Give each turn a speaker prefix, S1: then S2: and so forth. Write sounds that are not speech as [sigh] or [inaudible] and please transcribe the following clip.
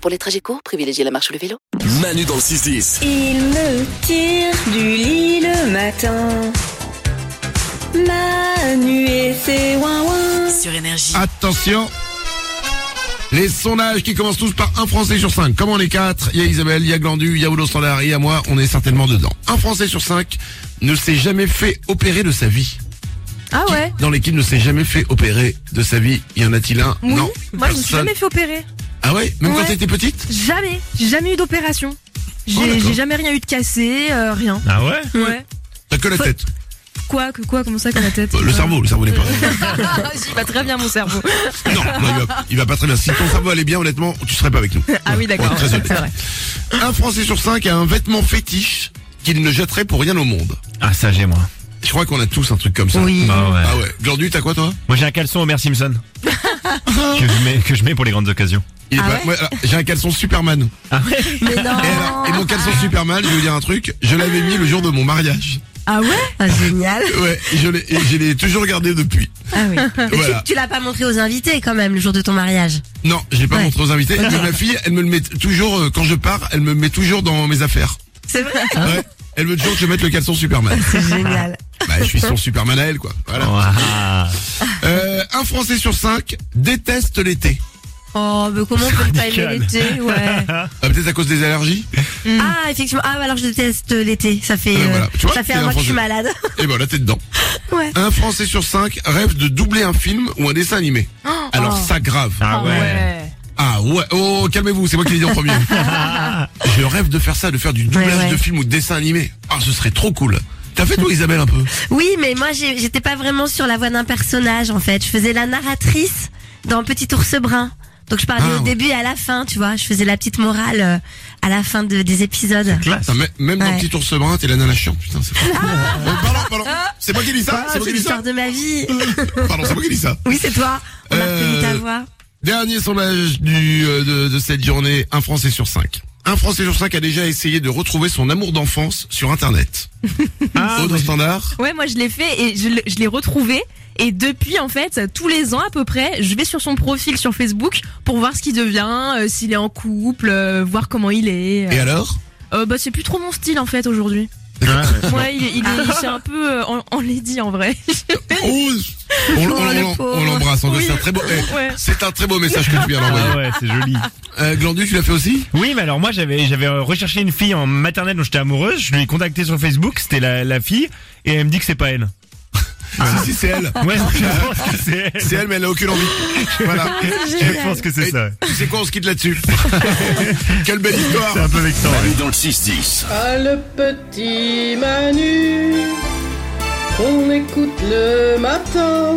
S1: Pour les trajets courts, privilégiez la marche ou le vélo.
S2: Manu dans le 6-10.
S3: Il me tire du lit le matin. Manu et ses ouin-ouin.
S1: Sur Énergie.
S4: Attention les sondages qui commencent tous par un Français sur cinq. Comment les quatre Il y a Isabelle, il y a Glandu, il y a Oulo Standard et il y a moi. On est certainement dedans. Un Français sur cinq ne s'est jamais fait opérer de sa vie.
S5: Ah ouais
S4: Dans l'équipe ne s'est jamais fait opérer de sa vie. Y en a-t-il un
S5: Oui,
S4: Non.
S5: moi je me suis
S4: personne.
S5: jamais fait opérer.
S4: Ah ouais Même quand
S5: Ouais.
S4: t'étais petite
S5: Jamais, j'ai jamais eu d'opération. J'ai
S4: Oh, d'accord.
S5: j'ai jamais rien eu de cassé, euh, rien.
S6: Ah ouais
S5: Ouais.
S4: T'as que la
S5: Faut-
S4: tête.
S5: Quoi, que quoi, comment ça, qu'à la tête
S3: Bah,
S4: Euh,
S5: [laughs]
S4: Le cerveau, le cerveau n'est pas.
S5: J'y va bah, très bien mon cerveau.
S4: Non, non, il, va, il va pas très bien. Si ton cerveau allait bien, honnêtement, tu serais pas avec nous.
S5: Ah oui, d'accord.
S4: On est très
S5: C'est
S4: honnête.
S5: vrai.
S4: Un Français sur cinq a un vêtement fétiche qu'il ne jetterait pour rien au monde.
S6: Ah ça j'ai moi.
S4: Je crois qu'on a tous un truc comme ça.
S6: Ah ouais.
S4: Ah ouais. Glandu, t'as quoi toi
S6: Moi j'ai un caleçon Homer [laughs] Simpson. que, je mets, que je mets pour les grandes occasions.
S4: Il est
S5: Ah
S4: pas-
S5: ouais Oh.
S4: moi, alors, J'ai un caleçon Superman.
S5: Mais non.
S4: Et, alors, et mon caleçon Superman, je vais vous dire un truc, je l'avais mis le jour de mon mariage.
S5: Ah ouais
S3: Ah, génial.
S4: Ouais, et je l'ai et je l'ai toujours gardé depuis.
S3: Ah
S5: [laughs]
S3: oui. Mais
S4: Voilà.
S3: tu, tu l'as pas montré aux invités quand même le jour de ton mariage.
S4: Non, je l'ai pas
S3: Ouais.
S4: montré aux invités. mais ma fille, elle me le met toujours, euh, quand je pars, elle me met toujours dans mes affaires.
S3: C'est vrai.
S5: Ah.
S4: Ouais. Elle veut toujours que je mette le caleçon Superman.
S3: C'est génial.
S4: Bah, je suis son Superman à elle, quoi.
S6: Ah
S4: Voilà.
S6: Ouah.
S4: Euh, un Français sur cinq déteste l'été.
S3: Oh, mais comment on peut pas aimer
S6: Radical.
S3: l'été Ouais.
S4: Ah, Peut-être à cause des allergies.
S3: Ah, effectivement. Ah, alors je déteste l'été. Ça fait,
S4: Ouais,
S3: euh,
S4: Mm. voilà. Tu vois,
S3: ça fait
S4: c'est
S3: un mois que je suis
S4: un
S3: malade. [laughs]
S4: Et ben là, t'es dedans.
S3: Ouais.
S4: Un Français sur cinq rêve de doubler un film ou un dessin animé.
S3: Oh.
S4: Alors ça grave.
S6: Ah ouais.
S4: Ah ouais. Oh, calmez-vous, c'est moi qui l'ai dit en premier.
S6: [laughs]
S4: Je rêve de faire ça, de faire du doublage
S3: Ouais, ouais.
S4: de film ou de dessin animé. Ah, ce serait trop cool. T'as fait toi, Isabelle, un peu
S3: Oui, mais moi, j'ai- j'étais pas vraiment sur la voix d'un personnage, en fait. Je faisais la narratrice dans Petit ours brun. Donc, je parlais
S4: Ah,
S3: au
S4: ouais.
S3: début et à la fin, tu vois. Je faisais la petite morale euh, à la fin de- des épisodes.
S6: Classe.
S4: Putain, mais- Même dans
S3: Ouais.
S4: Petit ours brun, t'es la nana chiante. Putain, c'est pas. Oh, pardon, pardon. C'est moi qui dis ça.
S3: Ah,
S4: C'est moi
S3: c'est
S4: qui dis ça.
S3: l'histoire de ma
S4: [laughs]
S3: vie.
S4: Pardon, c'est moi qui dis ça.
S3: Oui, c'est toi. On a
S4: Euh,
S3: reconnu ta voix.
S4: Dernier sondage du, euh, de, de cette journée, un Français sur cinq. Un Français sur cinq a déjà essayé de retrouver son amour d'enfance sur Internet.
S6: Ah,
S4: Autre standard
S5: Ouais, moi je l'ai fait et je l'ai- je l'ai retrouvé. Et depuis, en fait, tous les ans à peu près, je vais sur son profil sur Facebook pour voir ce qu'il devient, euh, s'il est en couple, euh, voir comment il est.
S4: Et alors
S5: Euh, bah, c'est plus trop mon style en fait aujourd'hui.
S6: Ah
S5: Ouais, il, est- il est, c'est un peu euh, en, en lady en vrai.
S4: [laughs] Oh, On, on-
S3: Oh,
S4: on-
S3: le
S4: on-
S3: pauvre.
S4: on l'embrasse, on-
S5: Oui.
S4: c'est un très beau. eh,
S5: Ouais.
S4: C'est un très beau message que tu viens d'envoyer.
S6: Ah ouais, c'est joli.
S4: Euh, Glandu, tu l'as fait aussi
S6: Oui, mais alors moi j'avais j'avais euh, recherché une fille en maternelle dont j'étais amoureuse. Je lui ai contacté sur Facebook, c'était la, la fille, et elle me dit que c'est pas elle.
S4: Si, si, c'est elle.
S6: Ah Ouais, [laughs] je pense que c'est elle.
S4: C'est elle, mais elle a aucune envie. Voilà.
S6: Je pense que c'est
S4: Et
S6: ça.
S4: Tu sais quoi, on se
S6: [laughs]
S4: quitte là-dessus. Quelle belle histoire.
S6: C'est un peu vexant. ouais.
S2: Manu dans le 6-10.
S7: Ah le petit Manu, on écoute le matin.